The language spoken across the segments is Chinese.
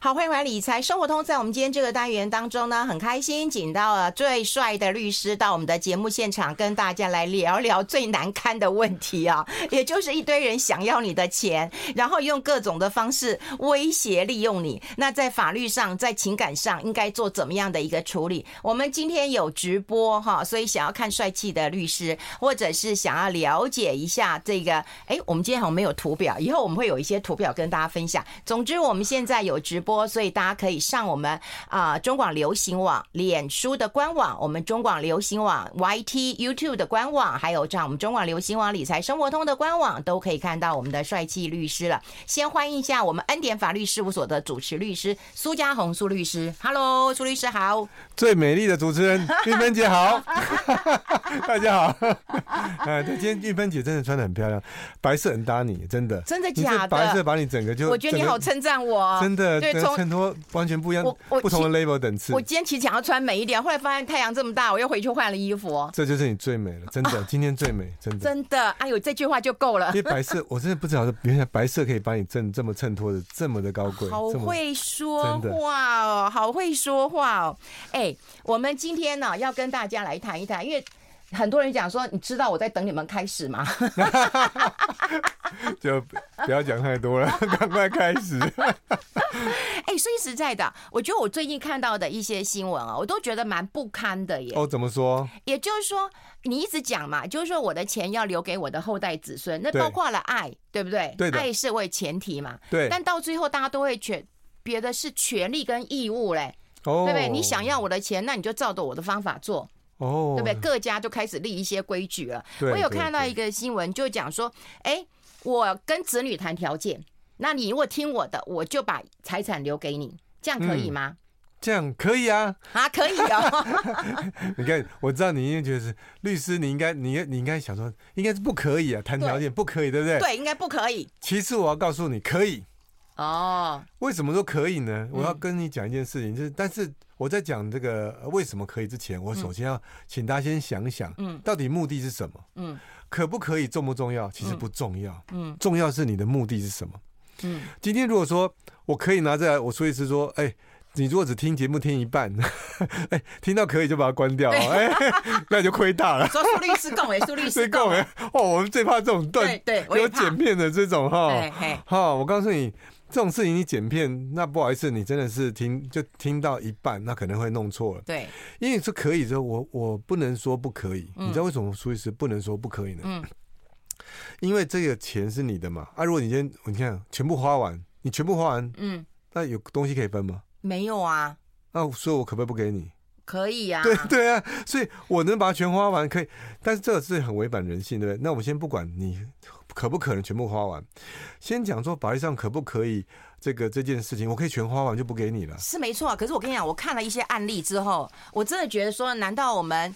好，欢迎回来理财生活通。在我们今天这个单元当中呢，很开心请到了最帅的律师到我们的节目现场，跟大家来聊聊最难堪的问题啊，也就是一堆人想要你的钱，然后用各种的方式威胁利用你。那在法律上，在情感上，应该做怎么样的一个处理？我们今天有直播哈，所以想要看帅气的律师，或者是想要了解一下这个，哎，我们今天好像没有图表，以后我们会有一些图表跟大家分享。总之，我们现在有直播。播，所以大家可以上我们啊、呃、中广流行网、脸书的官网，我们中广流行网 YT、YouTube 的官网，还有这样我们中广流行网理财生活通的官网，都可以看到我们的帅气律师了。先欢迎一下我们恩典法律事务所的主持律师苏家红苏律师，Hello，苏律师好，最美丽的主持人玉芬姐好， 大家好， 哎，今天玉芬姐真的穿的很漂亮，白色很搭你，真的，真的假的？白色把你整个就，我觉得你好称赞我，真的对。很多完全不一样，不同的 level 等次。我今天其实想要穿美一点，后来发现太阳这么大，我又回去换了衣服。这就是你最美了，真的，啊、今天最美，真的。真的，哎呦，这句话就够了。因为白色，我真的不知道，原来白色可以把你衬这么衬托的这么的高贵，好会说话哦，好会说话哦。哎，我们今天呢、啊、要跟大家来谈一谈，因为。很多人讲说，你知道我在等你们开始吗？ 就不要讲太多 了，赶快开始。哎欸，说实在的，我觉得我最近看到的一些新闻啊，我都觉得蛮不堪的耶。哦，怎么说？也就是说，你一直讲嘛，就是说我的钱要留给我的后代子孙，那包括了爱，对不对？对爱是为前提嘛。对。但到最后，大家都会觉觉得是权利跟义务嘞，哦、对不对？你想要我的钱，那你就照着我的方法做。哦，对不对？各家就开始立一些规矩了。对对对我有看到一个新闻，就讲说，哎，我跟子女谈条件，那你如果听我的，我就把财产留给你，这样可以吗？嗯这样可以啊，啊可以 哦。你看，我知道你一定觉得是律师你，你应该你你应该想说，应该是不可以啊，谈条件不可以，对不对？对，应该不可以。其次，我要告诉你，可以。哦，为什么说可以呢？我要跟你讲一件事情，嗯、就是但是。我在讲这个为什么可以之前，我首先要请大家先想想，嗯，到底目的是什么？嗯，可不可以重不重要？其实不重要，嗯，重要是你的目的是什么？嗯，今天如果说我可以拿着我说一次说，哎，你如果只听节目听一半， 哎，听到可以就把它关掉，哎， 那就亏大了。说苏律师共哎，苏 律师共哎，哦，我们最怕这种断对有剪片的这种哈，哈，我告诉你。这种事情你剪片，那不好意思，你真的是听就听到一半，那可能会弄错了。对，因为你说可以之后，我我不能说不可以。嗯、你知道为什么苏律师不能说不可以呢？嗯，因为这个钱是你的嘛。啊，如果你今天你看全部花完，你全部花完，嗯，那有东西可以分吗？没有啊。那所以我可不可以不给你？可以呀、啊，对 对啊，所以我能把它全花完可以，但是这个是很违反人性，对不对？那我们先不管你可不可能全部花完，先讲说法律上可不可以这个这件事情，我可以全花完就不给你了，是没错。可是我跟你讲，我看了一些案例之后，我真的觉得说，难道我们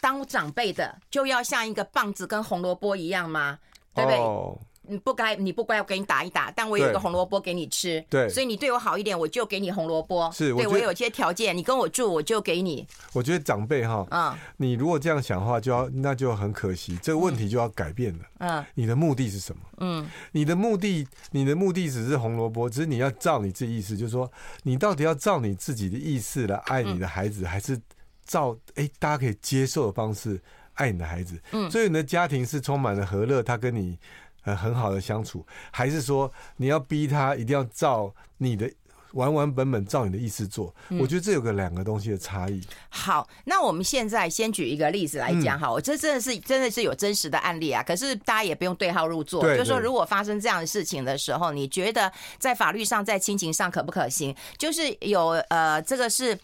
当长辈的就要像一个棒子跟红萝卜一样吗？对不对？哦你不该，你不乖，我给你打一打。但我有一个红萝卜给你吃，对，所以你对我好一点，我就给你红萝卜。是，对我有些条件，你跟我住，我就给你。我觉得长辈哈，嗯，你如果这样想的话，就要那就很可惜，这个问题就要改变了。嗯，你的目的是什么？嗯，你的目的，你的目的只是红萝卜，只是你要照你自己意思，就是说，你到底要照你自己的意思来爱你的孩子，嗯、还是照哎、欸、大家可以接受的方式爱你的孩子？嗯，所以你的家庭是充满了和乐，他跟你。呃，很好的相处，还是说你要逼他一定要照你的完完本本照你的意思做？嗯、我觉得这有个两个东西的差异。好，那我们现在先举一个例子来讲哈，我、嗯、这真的是真的是有真实的案例啊。可是大家也不用对号入座，對對對就是说如果发生这样的事情的时候，你觉得在法律上、在亲情上可不可行？就是有呃，这个是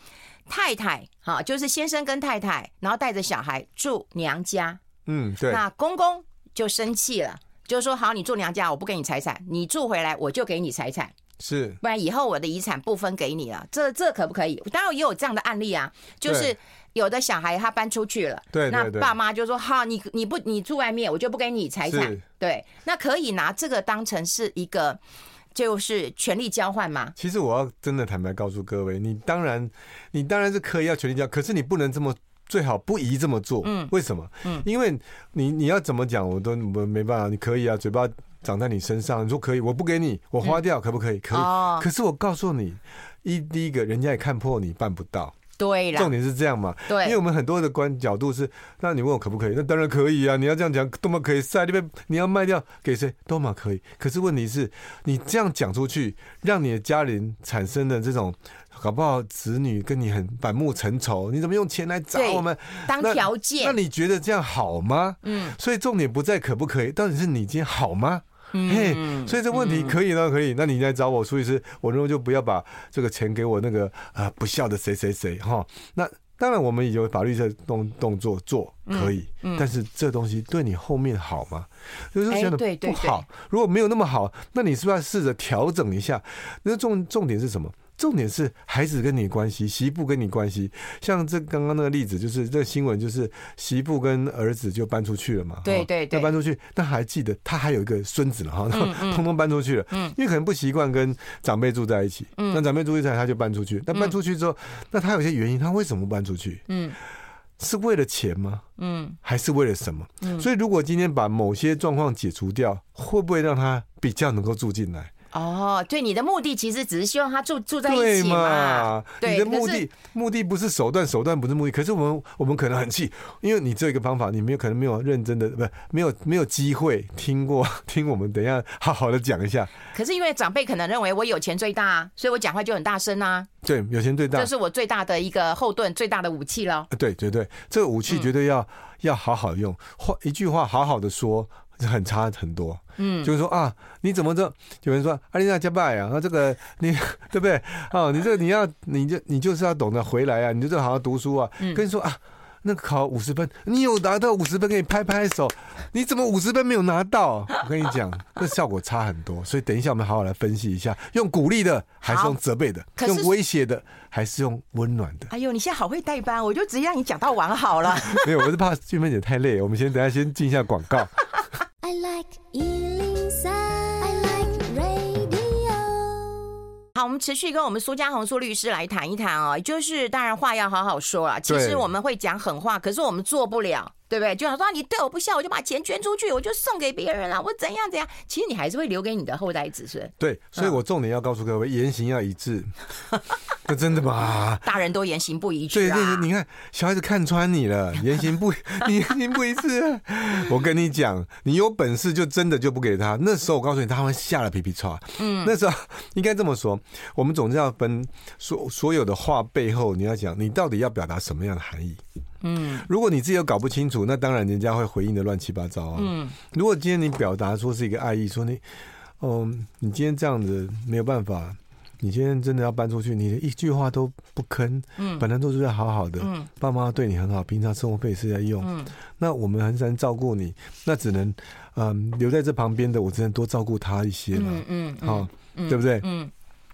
太太哈，就是先生跟太太，然后带着小孩住娘家，嗯，对，那公公就生气了。就是说，好，你住娘家，我不给你财产，你住回来我就给你财产，是，不然以后我的遗产不分给你了，这这可不可以？当然也有这样的案例啊，就是有的小孩他搬出去了，对,對，那爸妈就说，好，你你不你住外面，我就不给你财产，对，那可以拿这个当成是一个就是权利交换嘛？其实我要真的坦白告诉各位，你当然你当然是可以要权利交，可是你不能这么。最好不宜这么做，嗯，为什么？嗯，因为你你要怎么讲，我都我没办法。你可以啊，嘴巴长在你身上，你说可以，我不给你，我花掉，可不可以？可以。哦可是我告诉你，一第一个人家也看破你办不到，对重了，点是这样嘛。对因为我们很多的观角度是，那你问我可不可以？那当然可以啊！你要这样讲，多么可以晒那边，你要卖掉给谁？多么可以。可是问题是，你这样讲出去，让你的家人产生的这种，搞不好子女跟你很反目成仇，你怎么用钱来砸对我们？当那条那件，你觉得这样好吗？嗯所以重点不在可不可以，到底是你今天好吗？嘿嗯，所以这问题可以呢，可以。那你来找我苏律师，我认为就不要把这个钱给我那个啊、呃不孝的谁谁谁哈。那当然，我们有法律的动动作做嗯可以，但是这东西对你后面好吗？就是哎想对的对不好。如果没有那么好，那你是不是要试着调整一下？那重重点是什么？重点是孩子跟你关系，媳妇跟你关系。像这刚刚那个例子，就是这个新闻，就是媳妇跟儿子就搬出去了嘛。对哦对对那搬出去，但还记得他还有一个孙子了哈，通通搬出去了。嗯因为可能不习惯跟长辈住在一起，嗯那长辈住在一起他就搬出去。那搬出去之后，那他有些原因，他为什么搬出去？嗯是为了钱吗？嗯还是为了什么？嗯所以如果今天把某些状况解除掉，会不会让他比较能够住进来？哦，对，你的目的其实只是希望他住住在一对起嘛，对你的可是目的目的不是手段，手段不是目的。可是我们我们可能很气，因为你只有一个方法，你没有可能没有认真的，不没有没有机会听过 听我们等一下好好的讲一下。可是因为长辈可能认为我有钱最大啊，所以我讲话就很大声啊，对，有钱最大呃这，是我最大的一个后盾，最大的武器了。对对对，这个武嗯器绝对要、要好好用，话一句话好好的说。很差很多，嗯就是说啊，你怎么这？有人说阿丽娜加拜啊，那这个 你对不对？啊，你这个你要你就你就是要懂得回来啊，你就这好好读书啊。嗯跟你说啊，那个考五十分，你有拿到五十分，给你拍拍手。你怎么五十分没有拿到？我跟你 讲，这效果差很多。所以等一下我们好好来分析一下，用鼓励的还是好用责备的，可是用威胁的还是用温暖 的。哎呦，你现在好会代班，我就直接让你讲到完好了。 没有，我是怕俊芬姐太累，我们先等一下先进一下广告。 I like Ealing Sound. I like radio. 好，我们持续跟我们苏家红苏律师来谈一谈哦，就是当然话要好好说啦。其对实我们会讲狠话，可是我们做不了，对不对？就想说啊你对我不孝，我就把钱捐出去，我就送给别人了，我怎样怎样。其实你还是会留给你的后代子孙。对，所嗯以我重点要告诉各位，言行要一致。 那真的吗？大人都言行不一致对啊！对，你看小孩子看穿你了，言行不，你言行不一致啊。我跟你讲，你有本事就真的就不给他。那时候我告诉你，他会吓了皮皮叉。嗯，那时候应该这么说，我们总是要分所所有的话背后，你要讲你到底要表达什么样的含义。嗯如果你自己又搞不清楚，那当然人家会回应的乱七八糟啊。嗯如果今天你表达说是一个爱意，说你，嗯，你今天这样子没有办法，你今天真的要搬出去，你一句话都不吭，嗯本来都是要好好的，嗯爸妈对你很好，平常生活费是在用，嗯，那我们很难照顾你，那只能，嗯，留在这旁边的，我只能多照顾他一些了，嗯嗯，嗯好、对不对？嗯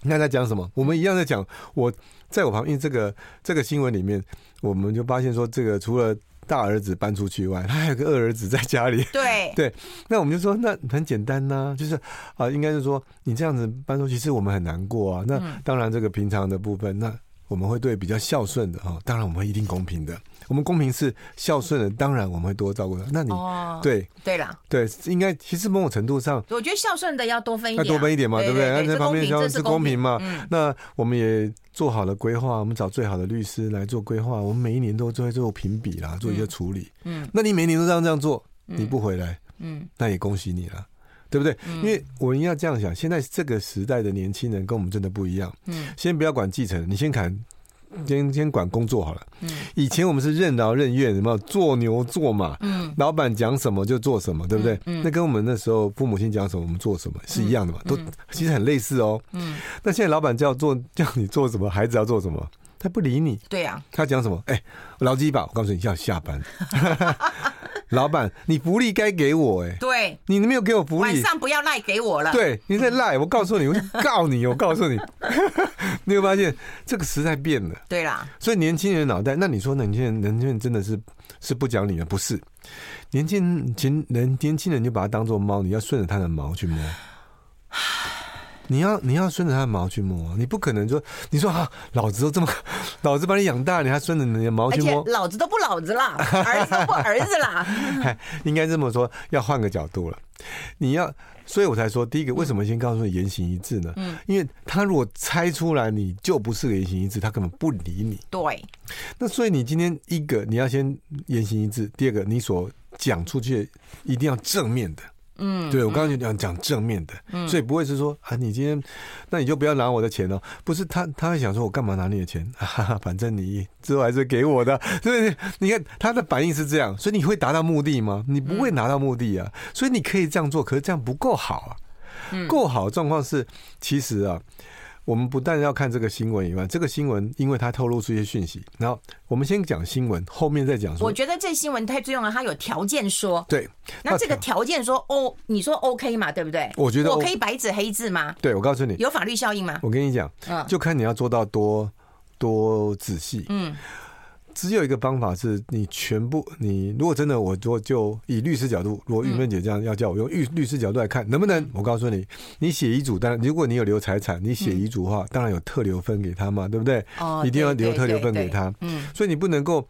那在讲什么？我们一样在讲。我在我旁边这个这个新闻里面，我们就发现说，这个除了大儿子搬出去以外，他还有个二儿子在家里。 对，那我们就说，那很简单呐、就是啊、应该是说你这样子搬出去，其实我们很难过啊。那嗯当然，这个平常的部分，那我们会对比较孝顺的啊、哦当然我们会一定公平的。我们公平是孝顺的，当然我们会多照顾他。那你、哦，对对啦，对，应该其实某种程度上我觉得孝顺的要多分一要点啊，多分一点嘛，对不对？那这在旁边公平这是是公平嘛。嗯那我们也做好了规划，我们找最好的律师来做规划，我们每一年都会做评比啦，做一些处理。嗯那你每一年都这样这样做，你嗯不回来，嗯那也恭喜你了。对不对？因为我们要这样想，现在这个时代的年轻人跟我们真的不一样。嗯先不要管继承，你先看，先先管工作好了。嗯以前我们是任劳任怨，什么做牛做马，嗯，老板讲什么就做什么，对不对？嗯嗯那跟我们那时候父母亲讲什么我们做什么是一样的嘛，都嗯其实很类似哦。嗯，那现在老板叫做叫你做什么，孩子要做什么，他不理你，对啊，他讲什么？哎、劳基法，我告诉你要下班。 老板，你福利该给我哎、对，你没有给我福晚利，上不要赖给我了。对，你在赖，我告诉你，我就 告你，我告诉你， 你有没有发现这个时代变了，对啦，所以年轻人脑袋，那你说年轻人，年轻人真的是是不讲理啊的，不是？年轻人，年年轻人就把它当做猫，你要顺着它的毛去摸。你要你要顺着他的毛去摸，你不可能说你说啊，老子都这么， 老子把你养大，你还顺着你的毛而去且摸，老子都不老子 啦，儿子都不儿子啦，哎， 应该这么说，要换个角度了。你要，所以我才说，第一个为什么先告诉你言行一致呢？嗯，因为他如果猜出来你就不是个言行一致，他根本不理你。对，那 所以你今天一个你要先言行一致，第二个你所讲出去一定要正面的。嗯，对，我刚刚就讲讲正面的，所以不会是说啊，你今天那你就不要拿我的钱哦。不是他，他会想说我干嘛拿你的钱？ 啊哈哈，反正你之后还是给我的，对不对？你看他的反应是这样，所以你会达到目的吗？你不会拿到目的啊，嗯所以你可以这样做，可是这样不够好啊。够好的状况是，其实啊，我们不但要看这个新闻以外，这个新闻因为它透露出一些讯息，然后我们先讲新闻，后面再讲我说。觉得这新闻太重要了，它有条件 说，对，那这个条件说哦，你说 OK 嘛，对不对？我觉得我 OK 可以白纸黑字吗？对我告诉你，有法律效应吗？我跟你讲，嗯就看你要做到多多仔细。嗯，只有一个方法是你全部，你如果真的我就就以律师角度，嗯如果玉芬姐这样要叫我用律律师角度来看，能不能？我告诉你，你写遗嘱，当然如果你有留财产，你写遗嘱的话，当然有特留分给他嘛，对不对？嗯哦一定要留对特留对分对给他。嗯所以你不能够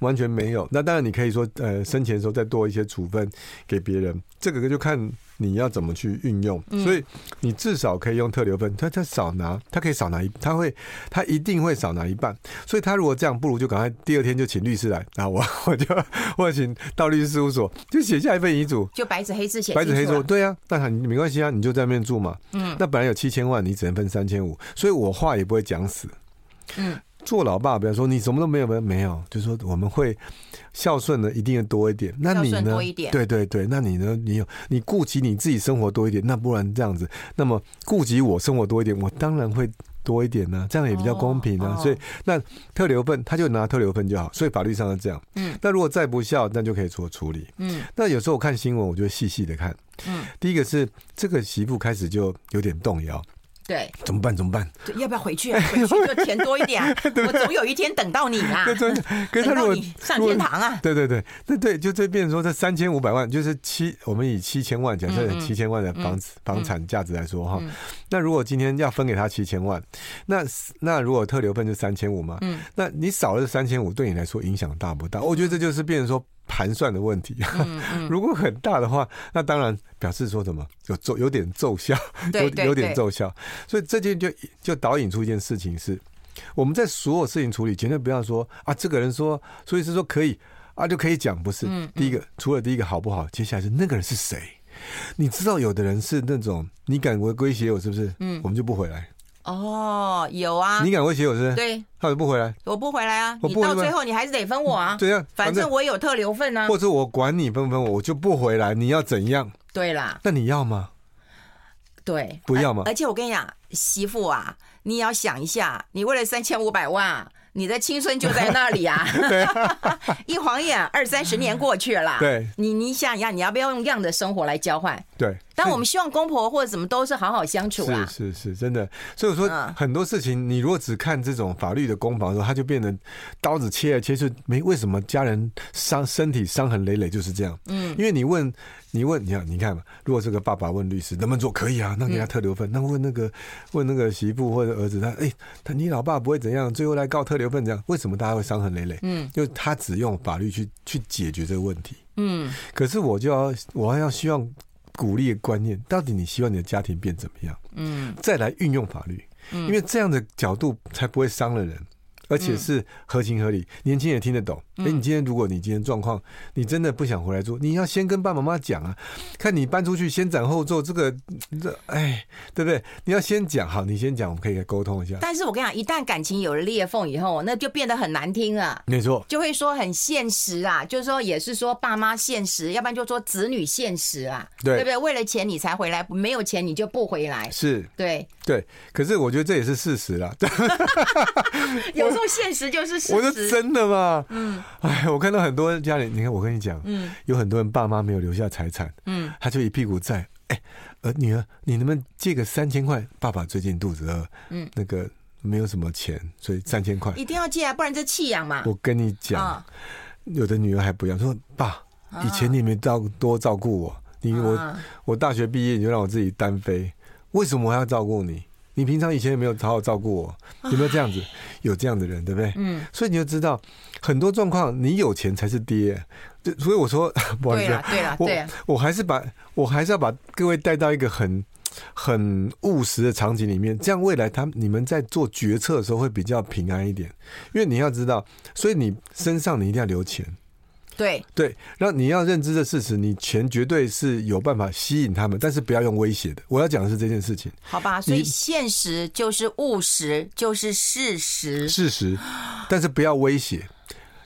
完全没有。那当然，你可以说，呃，生前的时候再多一些处分给别人，这个就看你要怎么去运用。所以你至少可以用特留分，他他少拿，他可以少拿一，他会他一定会少拿一半。所以他如果这样，不如就赶快第二天就请律师来，啊，我 我就我请到律师事务所就写下一份遗嘱。就白纸黑字写白纸黑清楚字，了，对啊，那你没关系啊，你就在那边住嘛。嗯那本来有七千万，你只能分三千五，所以我话也不会讲死。嗯，做老爸，比方说你什么都没有没有没有，就说我们会孝顺的一定要多一点。那你孝顺呢？多一点对对对，那你呢？你有你顾及你自己生活多一点，那不然这样子，那么顾及我生活多一点，我当然会。多一点呢、这样也比较公平哦啊。哦所以那特留份他就拿特留份就好，所以法律上是这样。嗯，那如果再不孝，那就可以做处理。嗯那有时候我看新闻，我就会细细的看。嗯，第一个是这个媳妇开始就有点动摇，对，怎么办？怎么办？对要不要回 去啊？回去就填多一点啊，我总有一天等到你啊，对对，可是等他如到果你上如果天堂啊。对对对，那对，就这变成说，这三千五百万就是七，我们以七千万假嗯设嗯嗯七千万的房子、房产价值来说哈，那如果今天要分给他七千万，那那如果特留分就三千五嘛，嗯那你少了三千五，对你来说影响大不大？我觉得这就是变成说盘算的问题。嗯嗯， 如果很大的话，那当然表示说什么有奏有点奏效，对有对有点对，奏效，所以这件就就导引出一件事情是，我们在所有事情处理，绝对不要说啊，这个人说，所以是说可以啊，就可以讲，不是？嗯嗯第一个，除了第一个好不好，接下来是那个人是谁？你知道，有的人是那种你敢违规写我是不是？嗯我们就不回来。哦，有啊你，敢违规写我是不是？对，他就不回来。我不回来啊，我你不回到来嗯最后你还是得分我啊，对呀，反正我有特留份啊。或者我管你分不分我，我就不回来。你要怎样？对啦，那你要吗？对，不要嘛而而且我跟你讲，媳妇啊，你也要想一下，你为了三千五百万，啊你的青春就在那里啊。 对 一晃眼二三十年过去了，对你你想一下，你要不要用这样的生活来交换？对。但我们希望公婆或者什么都是好好相处啦。是是是，真的。所以我说啊嗯很多事情，你如果只看这种法律的攻防的时候，它就变成刀子切来切去，没为什么家人伤身体伤痕累累就是这样。嗯，因为你问你问你看你看嘛，如果这个爸爸问律师能不能做，可以啊，那给嗯他特留分。那问那个问那个媳妇或者儿子，他哎、他你老爸不会怎样，最后来告特留分这样，为什么大家会伤痕累累？嗯因为他只用法律去去解决这个问题。嗯，可是我就要我还要希望鼓励的观念，到底你希望你的家庭变怎么样？嗯，再来运用法律，因为这样的角度才不会伤了人，而且是合情合理，年轻人也听得懂。哎、你今天如果你今天状况，你真的不想回来住，你要先跟爸爸妈妈讲啊，看你搬出去先斩后奏，这个这哎，对不对？你要先讲好，你先讲，我们可以沟通一下。但是我跟你讲，一旦感情有了裂缝以后，那就变得很难听了。没错，就会说很现实啊，就是说也是说爸妈现实，要不然就说子女现实啊，对不对？为了钱你才回来，没有钱你就不回来，是对。对，可是我觉得这也是事实啦。 有时候现实就是事实，我说真的嘛，嗯，哎，我看到很多家里，你看我跟你讲，嗯，有很多人爸妈没有留下财产，嗯，他就一屁股债，哎，呃，女儿，你能不能借个三千块？爸爸最近肚子饿，嗯，那个没有什么钱，所以三千块。一定要借啊，不然这弃养嘛。我跟你讲啊，有的女儿还不要说，爸，以前你没照多照顾我，你我啊我大学毕业你就让我自己单飞，为什么我要照顾你？你平常以前有没有好好照顾我？有没有这样子？有这样的人，对不对？嗯。所以你就知道，很多状况，你有钱才是爹。就所以我说，不好对意思了，，对了，我对啊，我还是把我还是要把各位带到一个很很务实的场景里面，这样未来他你们在做决策的时候会比较平安一点，因为你要知道，所以你身上你一定要留钱。对，对，让你要认知的事实，你钱绝对是有办法吸引他们，但是不要用威胁的。我要讲的是这件事情，好吧。所以你现实就是务实，就是事实。事实，但是不要威胁，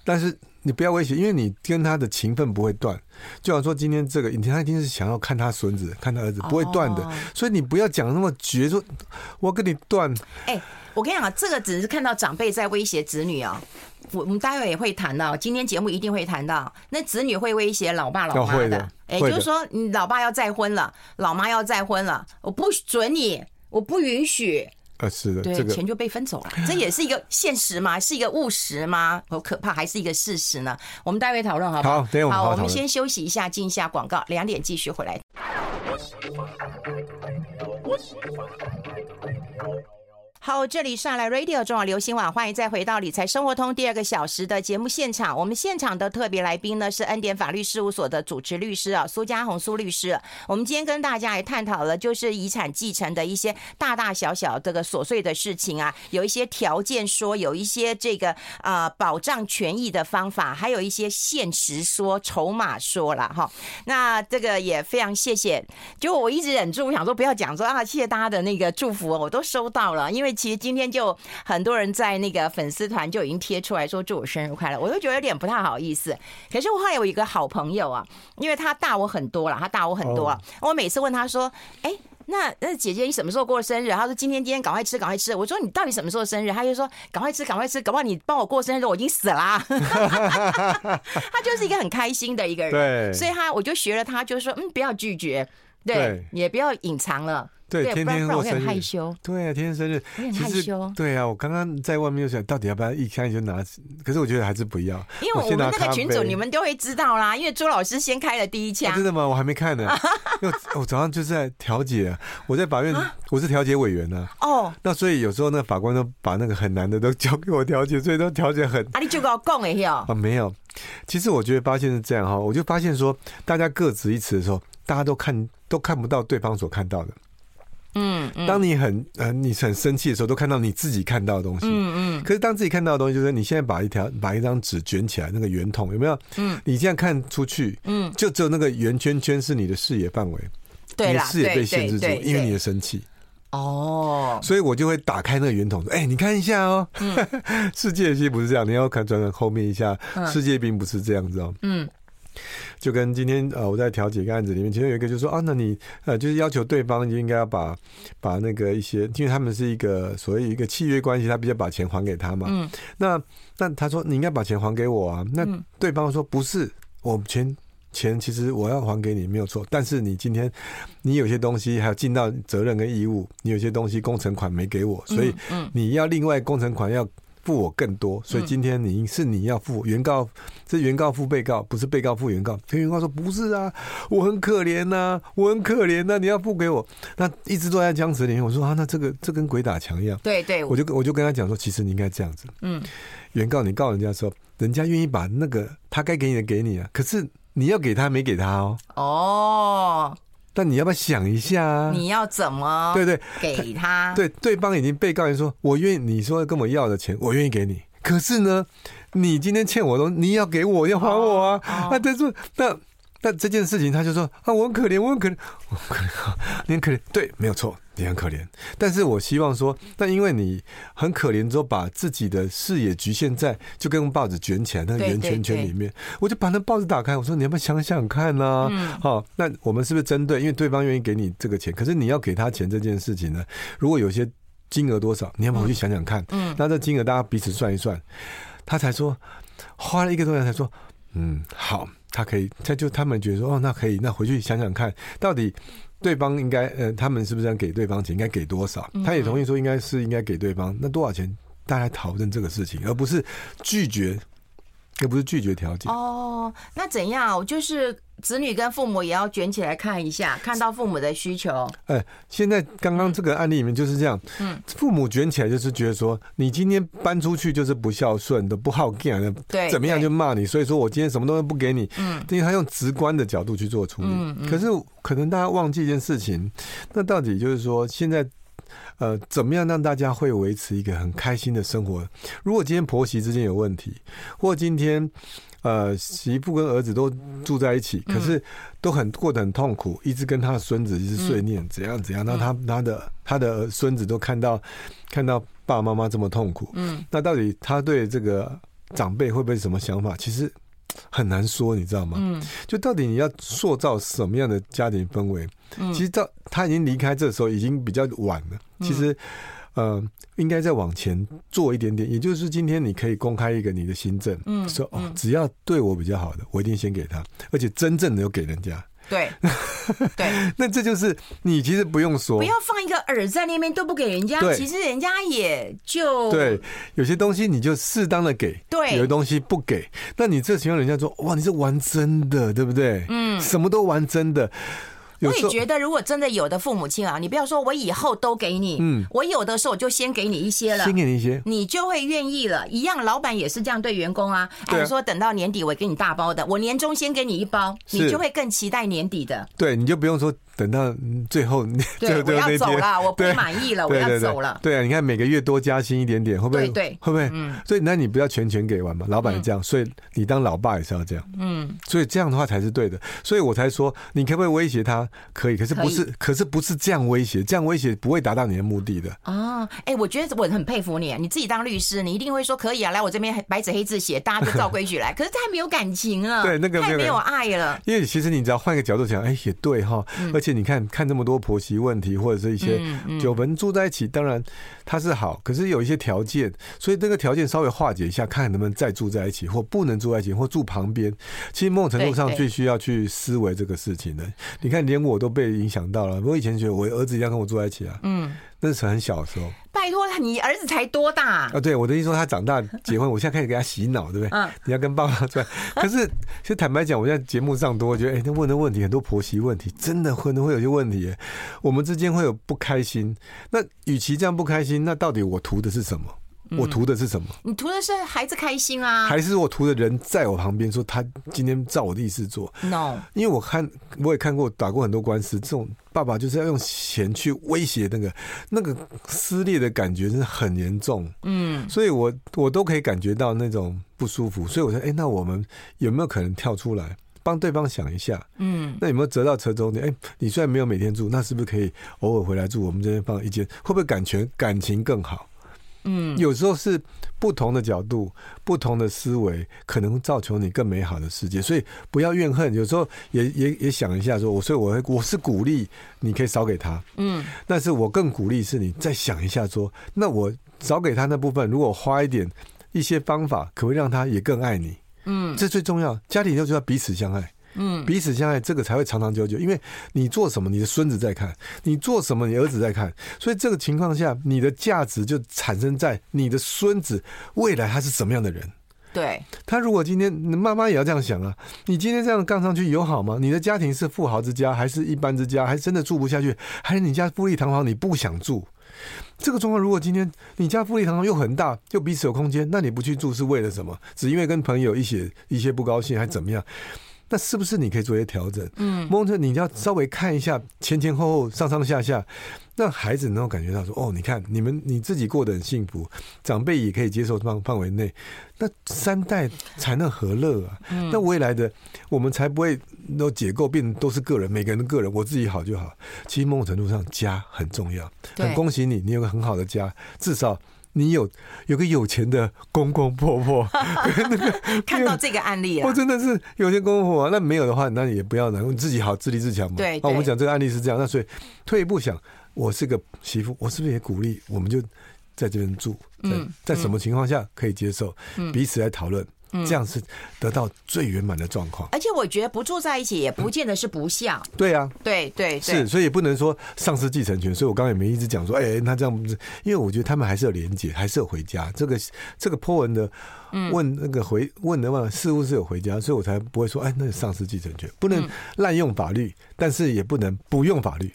但是你不要威胁，因为你跟他的情分不会断。就好像说今天这个，你他一定是想要看他孙子、看他儿子，不会断的。哦所以你不要讲那么绝，说我要跟你断，哎、我跟你讲啊，这个只是看到长辈在威胁子女啊、我我们待会也会谈到，今天节目一定会谈到，那子女会威胁老爸老哦妈会的哎、会就是的说你老爸要再婚了，老妈要再婚了，我不准你，我不允许，呃，是的，对，这个钱就被分走了，这也是一个现实吗？是一个务实吗？好可怕，还是一个事实呢？我们待会讨论好不好？好等一下我们好好好，我讨们论先休息一下，进一下广告，两点继续回来。好，这里上来 Radio 中网流行网，欢迎再回到理财生活通第二个小时的节目现场。我们现场的特别来宾呢是恩典法律事务所的主持律师啊，苏家红苏律师。我们今天跟大家也探讨了，就是遗产继承的一些大大小小这个琐碎的事情啊，有一些条件说，有一些这个啊、呃保障权益的方法，还有一些现实说、筹码说了哈。那这个也非常谢谢，就我一直忍住，我想说不要讲说啊，谢谢大家的那个祝福哦，我都收到了。因为其实今天就很多人在那个粉丝团就已经贴出来说祝我生日快乐，我就觉得有点不太好意思。可是我后来有一个好朋友啊，因为他大我很多了，他大我很多了，我每次问他说，哎、那那姐姐你什么时候过生日？他说今天今天赶快吃赶快吃。我说你到底什么时候生日？他就说赶快吃赶快吃，搞不好你帮我过生日的时候我已经死啦、 他就是一个很开心的一个人，对所以他我就学了他，就是说嗯不要拒绝，对，对也不要隐藏了，对不天然天不然我过会生很害日。羞。对啊，天天生日，有点其害实羞对啊，我刚刚在外面又想到底要不要一开始就拿，可是我觉得还是不要，因为我先们拿那咖个群组啡你们都会知道啦，因为朱老师先开了第一啊枪真，的吗？我还没 看呢，因为我我早上就是在调解啊，我在法院，我是调解委员呢、啊。哦，那所以有时候那个法官都把那个很难的都交给我调解，所以都调解很啊你就跟我讲的哟，啊没有。其实我觉得发现是这样哈，我就发现说，大家各执一词的时候，大家都看都看不到对方所看到的。嗯嗯当你很呃你很生气的时候，都看到你自己看到的东西。嗯嗯，可是当自己看到的东西，就是你现在把一条把一张纸卷起来，那个圆筒有没有？嗯，你这样看出去，嗯，就只有那个圆圈圈是你的视野范围。对你的啦，视野被对限制对住对，，因为你对的生气，哦，所以我就会打开那个圆筒说：“哎、你看一下哦，嗯 世界其实不是这样，你要看转转后面一下，世界并不是这样子哦。”嗯，就跟今天呃我在调解一个案子里面，其中有一个就说：“啊，那你呃就是要求对方就应该要把把那个一些，因为他们是一个所谓一个契约关系，他必须要把钱还给他嘛。嗯那那他说你应该把钱还给我啊，那嗯对方说不是，我钱钱其实我要还给你没有错，但是你今天你有些东西还有尽到责任跟义务，你有些东西工程款没给我，所以嗯你要另外工程款要付我更多，所以今天你是你要付原告，是原告付被告，不是被告付原告。可原告说不是啊，我很可怜呐、我很可怜呐、你要付给我。那一直都在僵持里面，我说啊，那这个这跟鬼打墙一样。对对，我就我就跟他讲说，其实你应该这样子，嗯原告你告人家说，人家愿意把那个他该给你的给你啊，可是你要给他没给他哦，哦，但你要不要想一下啊？你要怎么对对，给他？对，对方已经被告人说，我愿意你说跟我要的钱，我愿意给你。可是呢，你今天欠我的东西，你要给我，要还我啊！哦那这是那那这件事情，他就说啊，我很可怜，我很可怜，我很可怜， 你很可怜，对，没有错，你很可怜。但是我希望说，那因为你很可怜之后，把自己的视野局限在就跟报纸卷起来那个对圆对圈圈对里面，我就把那报纸打开，我说你要不要想想看呢、嗯好、那我们是不是针对？因为对方愿意给你这个钱，可是你要给他钱这件事情呢？如果有些金额多少，你要不要回去想想看？嗯那这金额大家彼此算一算，他才说花了一个多月才说，嗯，好，他可以，他就他们觉得说，哦，那可以，那回去想想看，到底对方应该，呃，他们是不是要给对方钱，应该给多少？嗯他也同意说，应该是应该给对方，那多少钱？大家讨论这个事情，而不是拒绝又不是拒绝调解。哦，那怎样？就是子女跟父母也要卷起来看一下，看到父母的需求。哎，现在刚刚这个案例里面就是这样，嗯，父母卷起来就是觉得说，你今天搬出去就是不孝顺的、不好干的，对怎么哎样对就骂你，所以说我今天什么东西不给你，嗯，因为他用直观的角度去做处理。嗯嗯可是可能大家忘记一件事情，那到底就是说现在。呃，怎么样让大家会维持一个很开心的生活？如果今天婆媳之间有问题，或今天呃媳妇跟儿子都住在一起，嗯可是都很过得很痛苦，一直跟他的孙子嗯一直碎念怎样怎样，那他他的他的孙子都看到看到爸爸妈妈这么痛苦，嗯，那到底他对这个长辈会不会什么想法？其实很难说，你知道吗？嗯就到底你要塑造什么样的家庭氛围？嗯其实到他已经离开这时候已经比较晚了。其实，呃，应该再往前做一点点。也就是今天你可以公开一个你的新政，嗯说哦嗯，只要对我比较好的，我一定先给他，而且真正的有给人家。 对对，那这就是你其实不用说不，要放一个饵在那边都不给人家，对其实人家也就对，有些东西你就适当的给，对有些东西不给。那你这情况，人家说哇，你是玩真的，对不对？嗯什么都玩真的。有我时也候。觉得，如果真的有的父母亲啊，你不要说我以后都给你，嗯我有的时候我就先给你一些了先。给 你一些， 你就会愿意了，一样，老板也是这样对员工啊。对啊按说等到年底我给你大包的，我年终先给你一包，是你就会更期待年底的。对，你就不用说等到嗯最后对，我最后最后要那走天，了，我不对满意了，我对要对走了。对对啊，你看每个月多加薪一点点，会不会？对对会不会？嗯所以那你不要全权给完嘛，老板是这样，所以你当老爸也是要这样，嗯，所以这样的话才是对的。所以我才说，你可不可以威胁他？可以，可是可不是，可是不是这样威胁，这样威胁不会达到你的目的的。哦，哎、我觉得我很佩服你，你自己当律师，你一定会说可以啊，来我这边白纸黑字写，大家就照规 矩来。可是太没有感情了，对那个没有太没有感爱了。因为其实你只要换一个角度想，哎、也对哈。而且你看看这么多婆媳问题，或者是一些嗯嗯纠纷住在一起，当然它是好，可是有一些条件，所以这个条件稍微化解一下，看能不能再住在一起，或不能住在一起，或住旁边。其实某种程度上对对最需要去思维这个事情的。你看，连我都被影响到了。我以前觉得我儿子一定要跟我住在一起啊，嗯，那是很小的时候拜托，你儿子才多大、 啊。对，我的意思说他长大结婚，我现在开始给他洗脑，对不对？嗯，你要跟爸 爸出来。可是，其实坦白讲，我在节目上多，我觉得哎，那、问的问题很多婆媳问题，真的可能会有些问题耶，我们之间会有不开心。那与其这样不开心，那到底我图的是什么？我图的是什么？你图的是孩子开心嗯啊还是我图的人在我旁边说他今天照我的意思做？ ？No，因为我看我也看过打过很多官司，这种爸爸就是要用钱去威胁那个那个撕裂的感觉，真的很严重。嗯，所以我我都可以感觉到那种不舒服，所以我说，哎、那我们有没有可能跳出来帮对方想一下？嗯，那有没有折到折中点？哎、你虽然没有每天住，那是不是可以偶尔回来住？我们这边放一间，会不会感觉感情更好？嗯，有时候是不同的角度、不同的思维，可能造就你更美好的世界。所以不要怨恨，有时候也也也想一下说我所以我会我是鼓励你可以少给他，嗯，但是我更鼓励是你再想一下说，那我少给他那部分，如果花一点一些方法，可不可以让他也更爱你？嗯，这最重要，家庭就是要彼此相爱。嗯，彼此相爱，这个才会长长久久。因为你做什么，你的孙子在看；你做什么，你儿子在看。所以这个情况下，你的价值就产生在你的孙子未来他是什么样的人。对，他如果今天妈妈也要这样想啊，你今天这样杠上去有好吗？你的家庭是富豪之家，还是一般之家，还真的住不下去，还是你家富丽堂皇，你不想住？这个状况，如果今天你家富丽堂皇又很大，又彼此有空间，那你不去住是为了什么？只因为跟朋友一起一些不高兴，还怎么样？那是不是你可以做一些调整？嗯，蒙特，你要稍微看一下前前后后、上上下下，让孩子能够感觉到说：哦，你看你们你自己过得很幸福，长辈也可以接受范范围内，那三代才能和乐啊。嗯那未来的我们才不会都解构变都是个人，每个人的个人，我自己好就好。其实某种程度上，家很重要。对很恭喜你，你有个很好的家，至少。你有有个有钱的公公婆 婆，看到这个案例我了，哦真的是有些功夫啊，那没有的话，那你也不要难过，你自己好，自立自强嘛。对啊，我们对讲这个案例是这样，那所以退一步想，我是个媳妇，我是不是也鼓励我们就在这边住？在嗯在什么情况下可以接受？彼此来讨论，嗯这样是得到最圆满的状况。而且我觉得不住在一起也不见得是不孝，对啊，对对对，是，所以也不能说丧失继承权。所以我刚刚也没一直讲说，哎、那这样不是，因为我觉得他们还是有连结，还是有回家。这个这个 po 文的嗯问那个回问的话，似乎是有回家，所以我才不会说，哎，那是丧失继承权，不嗯能滥用法律，但是也不能不用法律。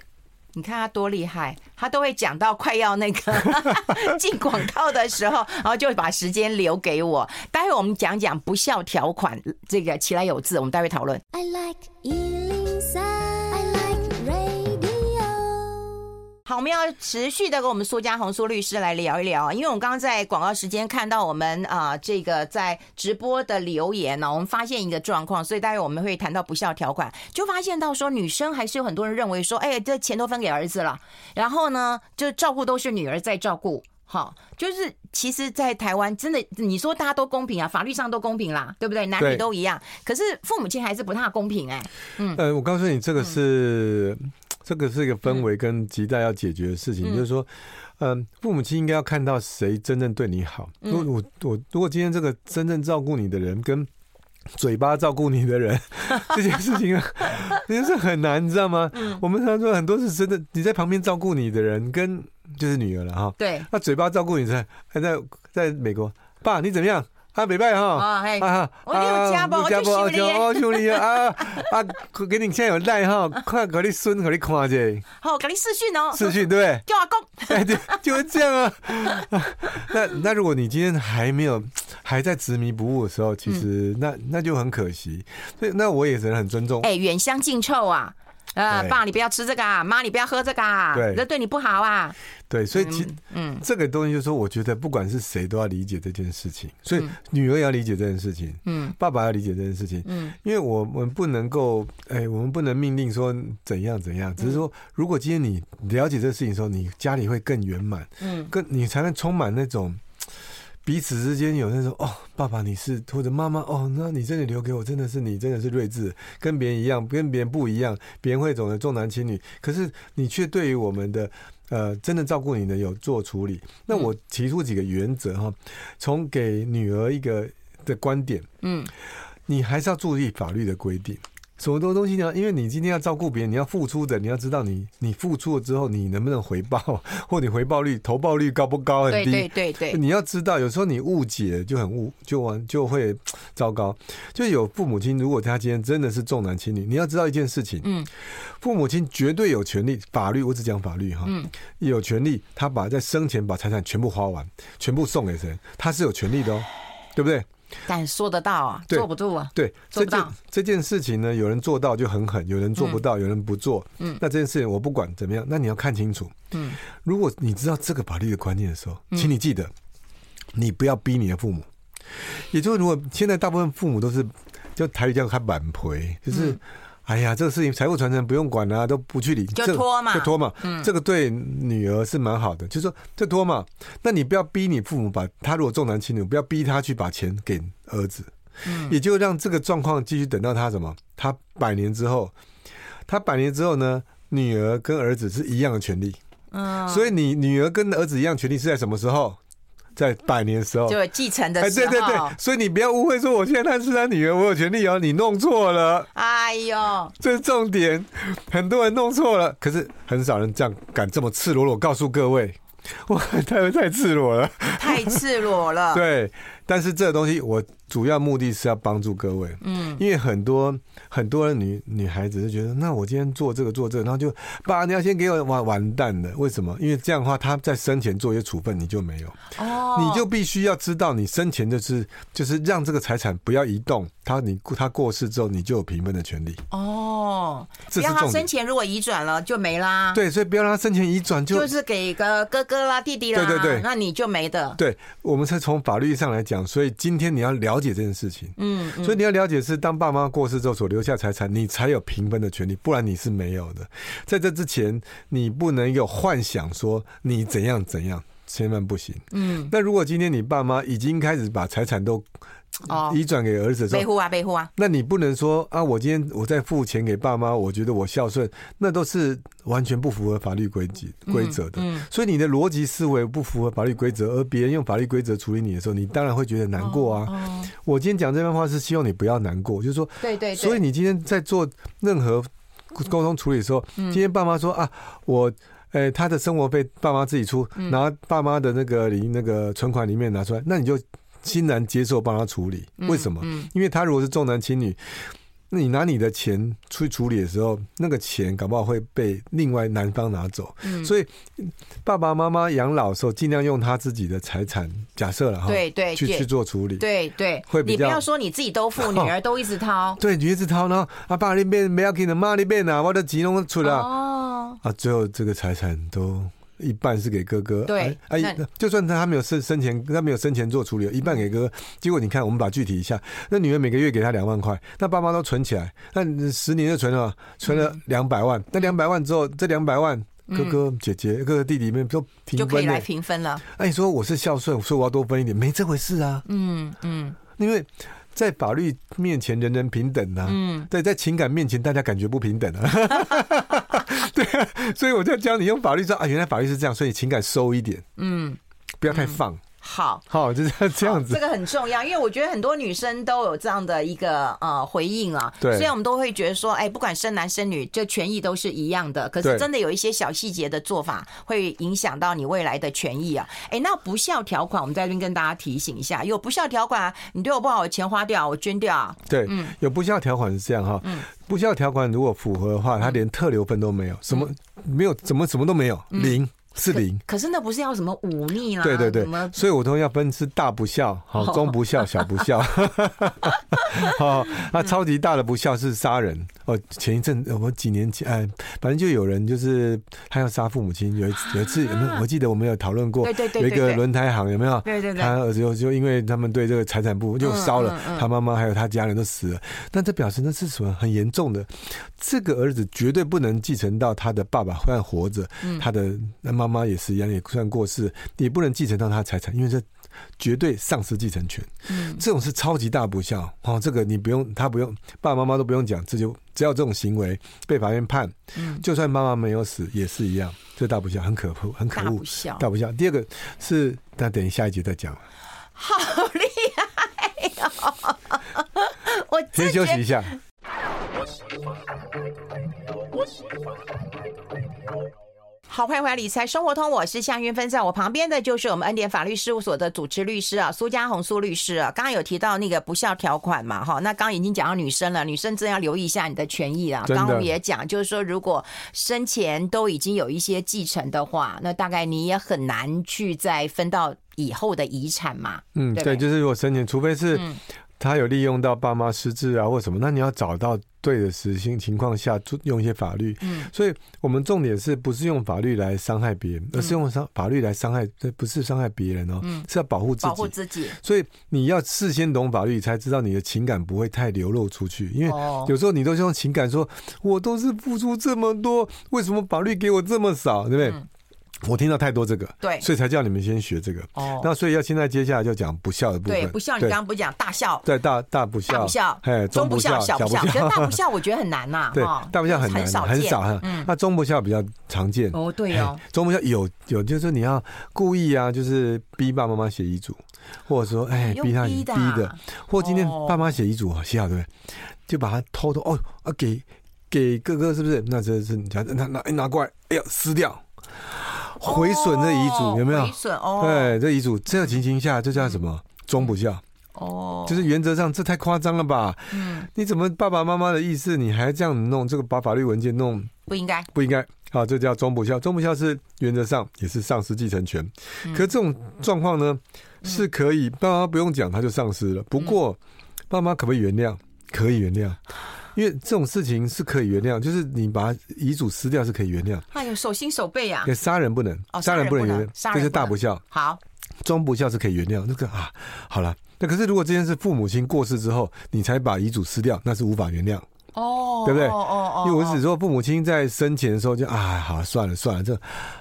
你看他多厉害，他都会讲到快要那个 进广告的时候， 然后就把时间留给我。待会我们讲讲不孝条款，这个其来有字，我们待会讨论。 I like Ealing Sound. I like radio. 好，我们要持续的跟我们苏家红苏律师来聊一聊啊，因为我们刚刚在广告时间看到我们啊、这个在直播的留言呢、我们发现一个状况，所以待会我们会谈到不孝条款，就发现到说女生还是有很多人认为说，哎，这钱都分给儿子了，然后呢，就照顾都是女儿在照顾。好，就是其实，在台湾真的，你说大家都公平啊，法律上都公平啦，对不对？男女对都一样，可是父母亲还是不太公平哎、 呃，我告诉你，这个是、这个是一个氛围跟亟待要解决的事情，就是说，嗯、父母亲应该要看到谁真正对你好。如果我我如果今天这个真正照顾你的人跟嘴巴照顾你的人，这件事情啊，这件事很难，你知道吗？我们常说很多是真的，你在旁边照顾你的人跟就是女儿了哈，对，那嘴巴照顾你在还在在美国，爸你怎么样？啊，北拜哈，啊嘿啊，我你有家不啊有家不我去修理哦修理啊啊啊！给你现在有赖哈，快给你孙给你看下，好，给你视讯哦，视讯对不 对？叫阿公，哎，对， 就是这样啊。那那如果你今天还没有还在执迷不悟的时候，嗯其实那那就很可惜。所以那我也只能很尊重。哎，远香近臭啊。呃，对爸，你不要吃这个啊！妈，你不要喝这个啊！对这对你不好啊！对，所以其嗯，这个东西就是说，我觉得不管是谁都要理解这件事情，所以女儿也要理解这件事情，嗯，爸爸要理解这件事情，嗯，因为我们不能够，哎，我们不能命令说怎样怎样，只是说，如果今天你了解这个事情的时候，你家里会更圆满，嗯，更你才能充满那种。彼此之间有那种哦，爸爸你是或者妈妈哦，那你真的留给我，真的是你真的是睿智，跟别人一样，跟别人不一样，别人会懂得重男轻女，可是你却对于我们的呃，真的照顾你的有做处理。那我提出几个原则哈，从给女儿一个的观点，嗯，你还是要注意法律的规定。什么多东西呢？因为你今天要照顾别人，你要付出的，你要知道你你付出了之后，你能不能回报， 或你回报率、投报率高不高、很对低，对对对， 你要知道，有时候你误解就很误，就完就会糟糕。就有父母亲，如果他今天真的是重男轻女，你要知道一件事情，嗯，父母亲绝对有权利，法律我只讲法律哈，嗯，有权利，他把在生前把财产全部花完，全部送给谁，他是有权利的哦，对不对？但说得到啊，对做不住啊，对，做这不件到这件事情呢，有人做到就很狠，有人做不到，有人不做。嗯那这件事情我不管怎么样，那你要看清楚。嗯，如果你知道这个法律的观念的时候，请你记得，你不要逼你的父母。也就是，如果现在大部分父母都是，就台语叫他板陪，就是。嗯哎呀，这个事情财务传承不用管啊，都不去理，就这个拖嘛嗯就拖嘛。这个对女儿是蛮好的，就是说就拖嘛。那你不要逼你父母把他如果重男轻女，不要逼他去把钱给儿子，嗯也就让这个状况继续等到他什么？他百年之后，他百年之后呢，女儿跟儿子是一样的权利。嗯，所以你女儿跟儿子一样权利是在什么时候？在百年的时候。就继承的哎，时对对对候，，所以你不要误会，说我现在他是他女儿，我有权利哦，你弄错了， 哎呦，这是重点。很多人弄错了，可是很少人这样敢这么赤裸裸告诉各位， 哇，太太赤裸了。太赤裸了。 对，但是这个东西我主要目的是要帮助各位，嗯，因为很多很多的女女孩子就觉得，那我今天做这个做这个，然后就爸你要先给我完完蛋了，为什么？因为这样的话，他在生前做一些处分，你就没有，哦，你就必须要知道，你生前就是就是让这个财产不要移动，他你他过世之后，你就有平分的权利，哦，这是让他重生点。前如果移转了就没啦，，对，所以不要让他生前移转就就是给个哥哥啦、弟弟啦，对对对那你就没的。对，我们是从法律上来讲，所以今天你要了解这件事情，嗯，所以你要了解是，当爸妈过世之后所留下财产，你才有平分的权利，不然你是没有的。在这之前，你不能有幻想说你怎样怎样，千万不行。嗯，那如果今天你爸妈已经开始把财产都哦，移转给儿子的时被候，护啊，被护啊，那你不能说啊，我今天我在付钱给爸妈，我觉得我孝顺，那都是完全不符合法律规矩规则的。嗯所以你的逻辑思维不符合法律规则，而别人用法律规则处理你的时候，你当然会觉得难过啊。哦，我今天讲这番话是希望你不要难过，就是说，对对对，所以你今天在做任何沟通处理的时候，嗯今天爸妈说啊，我。哎、他的生活费爸妈自己出，嗯拿爸妈的那个里那个存款里面拿出来，那你就欣然接受帮他处理。嗯为什么？嗯因为他如果是重男轻女，那你拿你的钱去处理的时候，那个钱搞不好会被另外男方拿走。嗯所以爸爸妈妈养老的时候，尽量用他自己的财产，假设了哈，对对去对去做处理。对对，会比你不较。要说你自己都付，女儿都一直掏 对，于是涛呢，啊爸那边不要给你妈那边啊，我的钱弄出来啊，哦，啊最后这个财产都。一半是给哥哥，对哎，哎那嗯就算他没有生生前，他没有生前做处理，哦一半给哥哥。结果你看，我们把具体一下，那女儿每个月给他两万块，那爸妈都存起来，那你十年就存了存了嗯两百万，那两百万之后，这两百万哥哥、姐姐、哥哥、弟弟们都就平可以分来了。平分了。那你说我是孝顺，所以我要多分一点，没这回事啊，嗯嗯因为在法律面前人人平等啊。嗯，对，在情感面前，大家感觉不平等啊。 对啊，所以我就教你用法律说啊，原来法律是这样，所以你情感收一点，嗯，不要太放，好。好、 就是要这样好子这。个很重要，因为我觉得很多女生都有这样的一个呃回应啊。对虽然我们都会觉得说，哎，不管生男生女，这权益都是一样的，可是对真的有一些小细节的做法会影响到你未来的权益啊。哎，那不孝条款，我们在这边跟大家提醒一下，有不孝条款、啊，你对我不好，我钱花掉，我捐掉啊。对，有不孝条款是这样哈、嗯不孝条款如果符合的话，它连特留分都没有，什么嗯没有，怎么什么都没有，零是零。可是那不是要什么忤逆啦，对对对什么，哦所以我都要分是大不孝、好中 不孝、小不孝。 好，嗯那超级大的不孝是杀人哦。前一阵呃我几年前，哎，反正就有人就是他要杀父母亲，有一次有一次有没有？我记得我们有讨论过，啊对对对有对一个对轮胎行有没有？对对对他儿子就就因为他们对这个财产部就嗯烧了，他妈妈还有他家人都死了。但这表示那是什么很严重的？这个儿子绝对不能继承到他的爸爸虽然活着，嗯他的那妈妈也是一样，也算过世，也不能继承到他的财产，因为这绝对丧失继承权。嗯这种是超级大不孝哦，这个你不用，他不用，爸爸妈妈都不用讲，这就只要这种行为被法院判，嗯，就算妈妈没有死也是一样，这大不孝很可恶，很可大恶不，孝。大不孝。第二个是，那等一下一集再讲了，好厉害哦！我先真休觉息得一下。好，欢迎回来《理财生活通》，我是夏云芬，在我旁边的就是我们恩典法律事务所的主持律师啊，苏家红苏律师啊。刚刚有提到那个不孝条款嘛，哈，那刚刚已经讲到女生了，女生真的要留意一下你的权益啊。真刚的刚我们也讲，就是说如果生前都已经有一些继承的话，那大概你也很难去再分到以后的遗产嘛。嗯，对不对对，就是如果生前，除非是嗯他有利用到爸妈失智啊或什么，那你要找到对的实行情况下，做用一些法律。嗯，所以我们重点是不是用法律来伤害别人，而是用伤法律来伤害，这不是伤害别人哦，嗯是要保护自保护己。自己。所以你要事先懂法律，才知道你的情感不会太流露出去，因为。哦有时候你都是用情感说，我都是付出这么多，为什么法律给我这么少，对不对？嗯我听到太多这个，对所以才叫你们先学这个。哦，那所以要现在接下来就讲不孝的部分。对，不孝你刚刚不讲大孝。对大大不孝，大不孝，哎，中不孝，小小孝， 可是大不孝我觉得很难呐、 对哈，大不孝很难，很少很见少哈。嗯，那中不孝比较常见。哦，对哦，哎中不孝有有，就是你要故意啊，就是逼爸爸妈妈写遗嘱，或者说哎用逼他逼的逼的啊，，或今天哦爸妈写遗嘱啊，写好对不对？就把它偷偷哦啊给给哥哥是不是？那这是你家拿拿哎拿过来，哎呀撕掉，毁损这遗哦嘱有没有毁？损嗯哦，，对，这遗嘱这个情形下这叫什么？中不孝，哦，就是原则上这太夸张了吧？嗯，你怎么爸爸妈妈的意思，你还这样弄？这个把法律文件弄不应该，不应该啊，这叫中不孝。中不孝是原则上也是丧失继承权，嗯可这种状况呢，是可以爸妈不用讲他就丧失嗯了。不过爸妈可不可以原谅？可以原谅，因为这种事情是可以原谅，就是你把遗嘱撕掉是可以原谅，哎呦，手心手背啊可，杀人不能哦，杀人不杀人不能能原杀人谅，这是不能大不孝。好，中不孝是可以原谅，那个啊，好了。那可是，如果这件事父母亲过世之后，你才把遗嘱撕掉，那是无法原谅。哦，对不对哦哦哦，因为我只说父母亲在生前的时候就啊，好了算了算了，这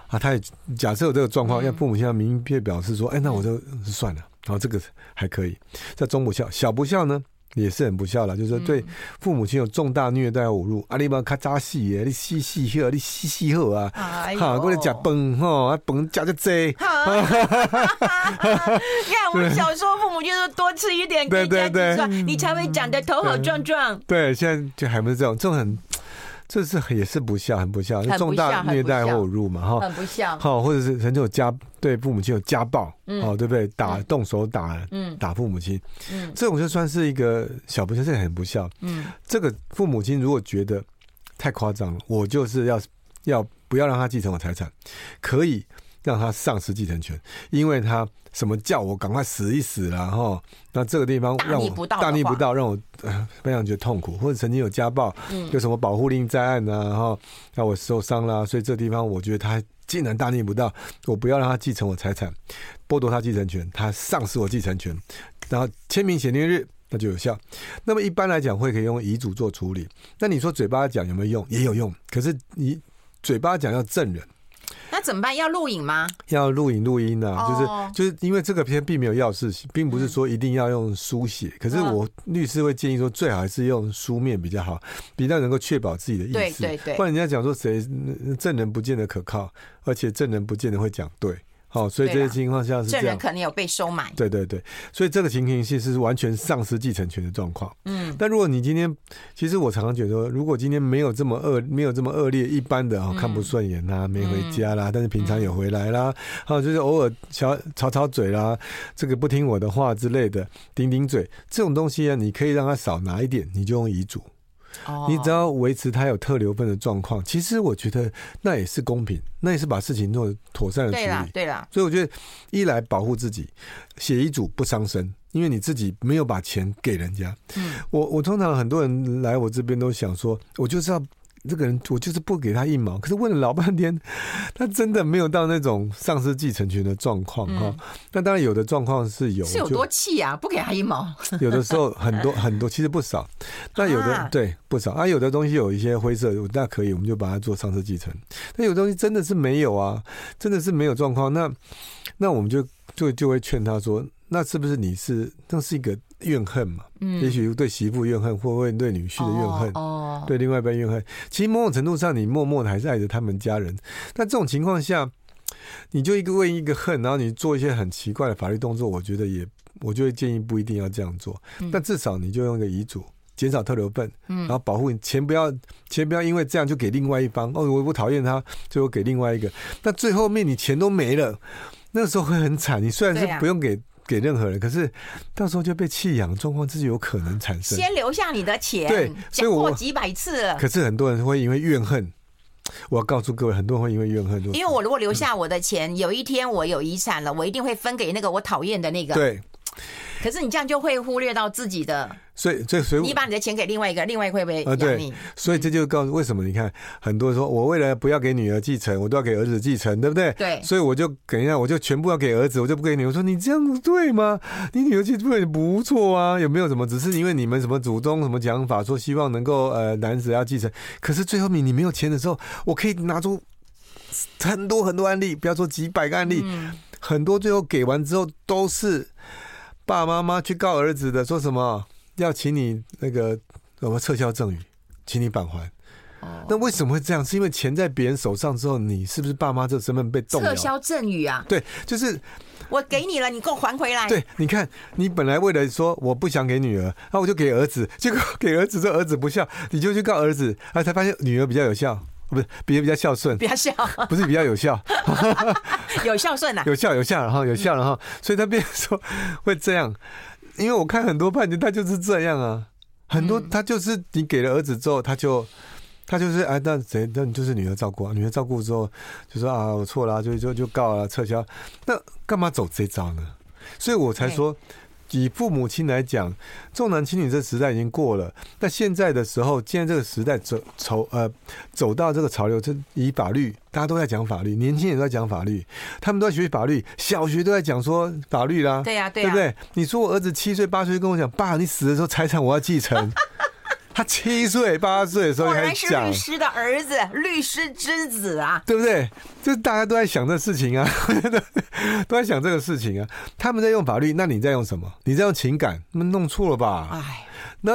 啊，他也假设有这个状况，嗯要父母亲要明确表示说，哎，那我就算了，然后这个还可以。在中不孝，小不孝呢也是很不孝了，就是说嗯对父母亲有重大虐待侮辱。啊，你妈咔扎戏耶，你细细喝，你细细喝啊，哎哈，过来吃饭吼，啊饭吃就多。 你看，我小时候父母就说多吃一点，对给家对嗯几对串，你才会长得头好壮壮。对，现在就还不是这种，这种很，这是很也是不孝，很不孝，很不孝重嗯大很虐不待或孝侮辱嘛，哈，很不像，好，或者是曾经有家对父母亲有家暴，哦，对不对？打动手打，嗯打父母亲，嗯这种就算是一个小不孝，这个很不孝。嗯，这个父母亲如果觉得太夸张了，我就是要要不要让他继承我财产，可以让他丧失继承权，因为他什么叫我赶快死一死啦，哈。那这个地方大让逆我不道的大逆话不道，让我、呃非常觉得痛苦，或者曾经有家暴，嗯有什么保护令在案啊，然后让我受伤啦、所以这地方我觉得他竟然大逆不道，我不要让他继承我财产，剥夺他继承权，他丧失我继承权，然后签名写定日。那就有效。那么一般来讲，会可以用遗嘱做处理。那你说嘴巴讲有没有用？也有用。可是你嘴巴讲要证人，那怎么办？要录影吗？要录影录音啊，哦就是就是因为这个片并没有要事，并不是说一定要用书写。可是嗯我律师会建议说，最好还是用书面比较好，比较能够确保自己的意对思。对对不，然人家讲说谁嗯证人不见得可靠，而且证人不见得会讲对。好、所以这对些啦情况下是这证人样。可能有被收买。对对对，所以这个情形其实是完全丧失继承权的状况。嗯但如果你今天，其实我常常觉得说，如果今天没有这么恶，没有这么恶劣，一般的嗯哦，看不顺眼啦、没回家啦，但是平常有回来啦，嗯还有就是偶尔小吵吵嘴啦，这个不听我的话之类的，顶顶嘴这种东西啊，你可以让他少拿一点，你就用遗嘱，哦你只要维持他有特留份的状况，其实我觉得那也是公平，那也是把事情做得妥善的处对啦理。对啦，所以我觉得，一来保护自己，写遗嘱不伤身，因为你自己没有把钱给人家。嗯我我通常很多人来我这边都想说，我就是要这个人，我就是不给他一毛。可是问了老半天，他真的没有到那种丧失继承权的状况哈嗯。那、当然有的状况是有，是有就多气啊？不给他一毛。 有的时候很多很多，其实不少。那有的、啊对不少啊，有的东西有一些灰色，那可以，我们就把它做上次继承。但有的东西真的是没有啊，真的是没有状况。那那我们就就就会劝他说，那是不是你是那是一个怨恨嘛？嗯 也许对媳妇怨恨，或会对女婿的怨恨。哦，哦对另外一半怨恨，其实某种程度上，你默默的还是爱着他们家人。那这种情况下，你就一个为一个恨，然后你做一些很奇怪的法律动作，我觉得也，我就会建议不一定要这样做嗯。但至少你就用一个遗嘱，减少特留份，嗯然后保护你钱不要钱不要因为这样就给另外一方哦，我我讨厌他，最后给另外一个。那最后面你钱都没了，那时候会很惨。你虽然是对啊不用给。给任何人，可是到时候就被弃养的状况，这是有可能产生。先留下你的钱，对所以讲我过几百次了。可是很多人会因为怨恨，我要告诉各位，很多人会因为怨恨就，因为我如果嗯留下我的钱，有一天我有遗产了，我一定会分给那个我讨厌的那个。对，可是你这样就会忽略到自己的，所以所以所你以把你的钱给另外一个，另外一个会不会啊对养你？所以这就告诉为什么你看很多人说我为了不要给女儿继承，我都要给儿子继承，对不对？对所以我就等一下我就全部要给儿子，我就不给女儿。我说你这样对吗？你女儿继承也不错啊，有没有什么？只是因为你们什么祖宗什么讲法，说希望能够呃男子要继承，可是最后面你没有钱的时候，我可以拿出很多很多案例，不要说几百个案例，嗯，很多最后给完之后都是爸妈妈去告儿子的，说什么要请你那个什么撤销赠与，请你返还。哦那为什么会这样？是因为钱在别人手上之后，你是不是爸妈这个身份被动撤摇？销赠与啊，对，就是我给你了，你给我还回来。对。你看，你本来为了说我不想给女儿，那我就给儿子，结果给儿子，这儿子不孝，你就去告儿子，啊，才发现女儿比较有效，不是，比较比较孝 顺不，要笑，不是比较有效，有孝顺啊呐、有效有效，然后有效，然后，所以他变成说会这样，因为我看很多判决，他就是这样啊，很多他就是你给了儿子之后，他就他就是哎，那谁那你就是女儿照顾啊，女儿照顾之后就说啊我错了啊、就就就告了、撤销，那干嘛走这招呢？所以我才说。以父母亲来讲，重男轻女这时代已经过了。那现在的时候，现在这个时代走走呃走到这个潮流，这以法律，大家都在讲法律，年轻人都在讲法律，他们都在学习法律，小学都在讲说法律啦，对呀、对啊对呀、不对？你说我儿子七岁八岁就跟我讲，爸，你死的时候财产我要继承， 他七岁八岁的时候果就开然始是讲律，师的儿子，律师之子啊。对不对？就是大家都在想这事情啊， 都在想这个事情啊。他们在用法律，那你在用什么？你在用情感，那么弄错了吧？哎，那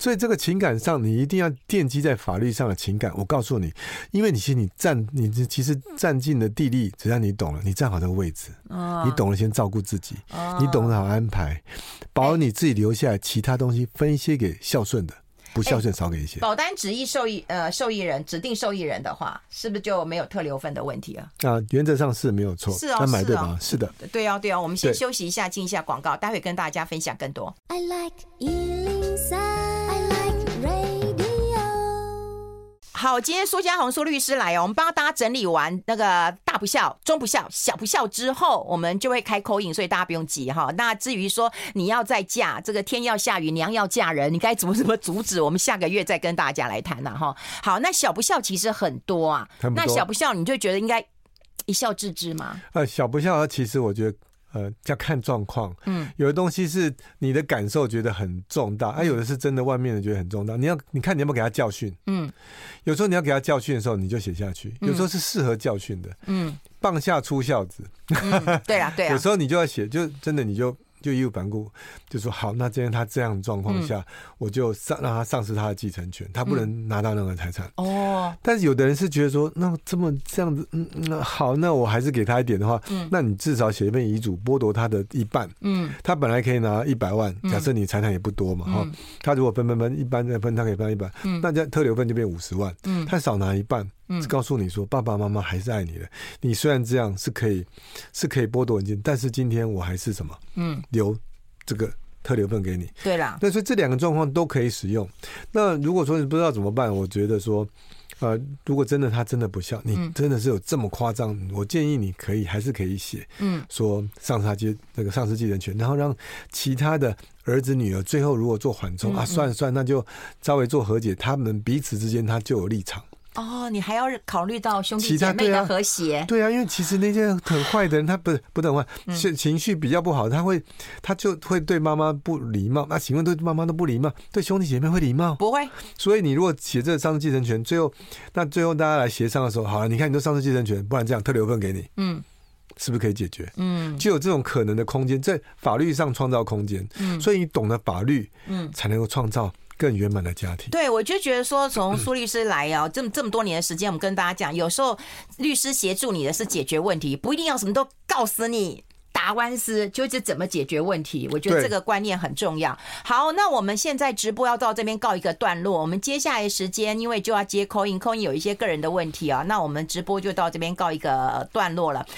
所以这个情感上，你一定要奠基在法律上的情感。我告诉你，因为你其实你站，你其实占尽了地利，只要你懂了，你站好这个位置，你你懂得先照顾自己，嗯你懂得好安排，保你自己留下来，其他东西分一些给孝顺的，不孝哎顺少给一些。保单指意受益呃受益人指定受益人的话，是不是就没有特留分的问题了？啊，原则上是没有错，是哦那买对是哦吧？是的，对啊，对啊，我们先对休息一下，进一下广告，待会跟大家分享更多。 I like Ealing Sound. I like radio. 好，今天苏家红苏律师来哦，我们帮大家整理完那个大不孝、中不孝、小不孝之后，我们就会开口音，所以大家不用急哈。那至于说你要再嫁，这个天要下雨，娘要嫁人，你该怎么怎么阻止？我们下个月再跟大家来谈呐、哈。好，那小不孝其实很多啊，很不那多小不孝你就觉得应该一笑置之吗？呃，小不孝其实我觉得。呃，要看状况。嗯，有的东西是你的感受觉得很重大，啊，有的是真的外面人觉得很重大。你要你看你要不要给他教训？嗯有时候你要给他教训的时候，你就写下去；有时候是适合教训的，嗯棒下出孝子。嗯，对啦对有啦，时候你就要写，就真的你就就义无反顾，就说好，那今天他这样的状嗯况下，我就丧让他丧失他的继承权，他不能拿到任何财产。哦，但是有的人是觉得说，那这么这样子，嗯，那好，那我还是给他一点的话，嗯那你至少写一份遗嘱，剥夺他的一半。嗯他本来可以拿一百万，假设你财产也不多嘛，哈、嗯他如果分分分，一般再分，他可以分到一百，嗯那这样特留份就变五十万，嗯他少拿一半，嗯告诉你说爸爸妈妈还是爱你的，你虽然这样是可以是可以剥夺你金，但是今天我还是什么嗯，留这个特留份给你，对 啦，那所以这两个状况都可以使用。那如果说你不知道怎么办，我觉得说，呃，如果真的他真的不孝，你嗯真的是有这么夸张，我建议你可以还是可以写嗯说丧失他继那个丧失继承权，然后让其他的儿子女儿最后如果做缓冲嗯啊，嗯算了算了，那就稍微做和解，他们彼此之间他就有立场。哦，你还要考虑到兄弟其他姐妹对的啊和谐，对啊，因为其实那些很坏的人，他不不是很坏，嗯是情绪比较不好，他会他就会对妈妈不礼貌。啊那请问对妈妈都不礼貌，对兄弟姐妹会礼貌？不会，所以你如果写这个丧失继承权，最后那最后大家来协商的时候，好了，你看你都丧失继承权，不然这样特留份给你，嗯是不是可以解决？嗯就有这种可能的空间，在法律上创造空间，嗯所以你懂得法律，嗯。才能够创造更圆满的家庭。对，我就觉得说，从苏律师来啊，这么这么多年的时间，我们跟大家讲，有时候律师协助你的是解决问题，不一定要什么都告死你。打官司就是怎么解决问题，我觉得对这个观念很重要。好，那我们现在直播要到这边告一个段落，我们接下来时间因为就要接 c a l l i n c a l l i n 有一些个人的问题啊，那我们直播就到这边告一个段落了。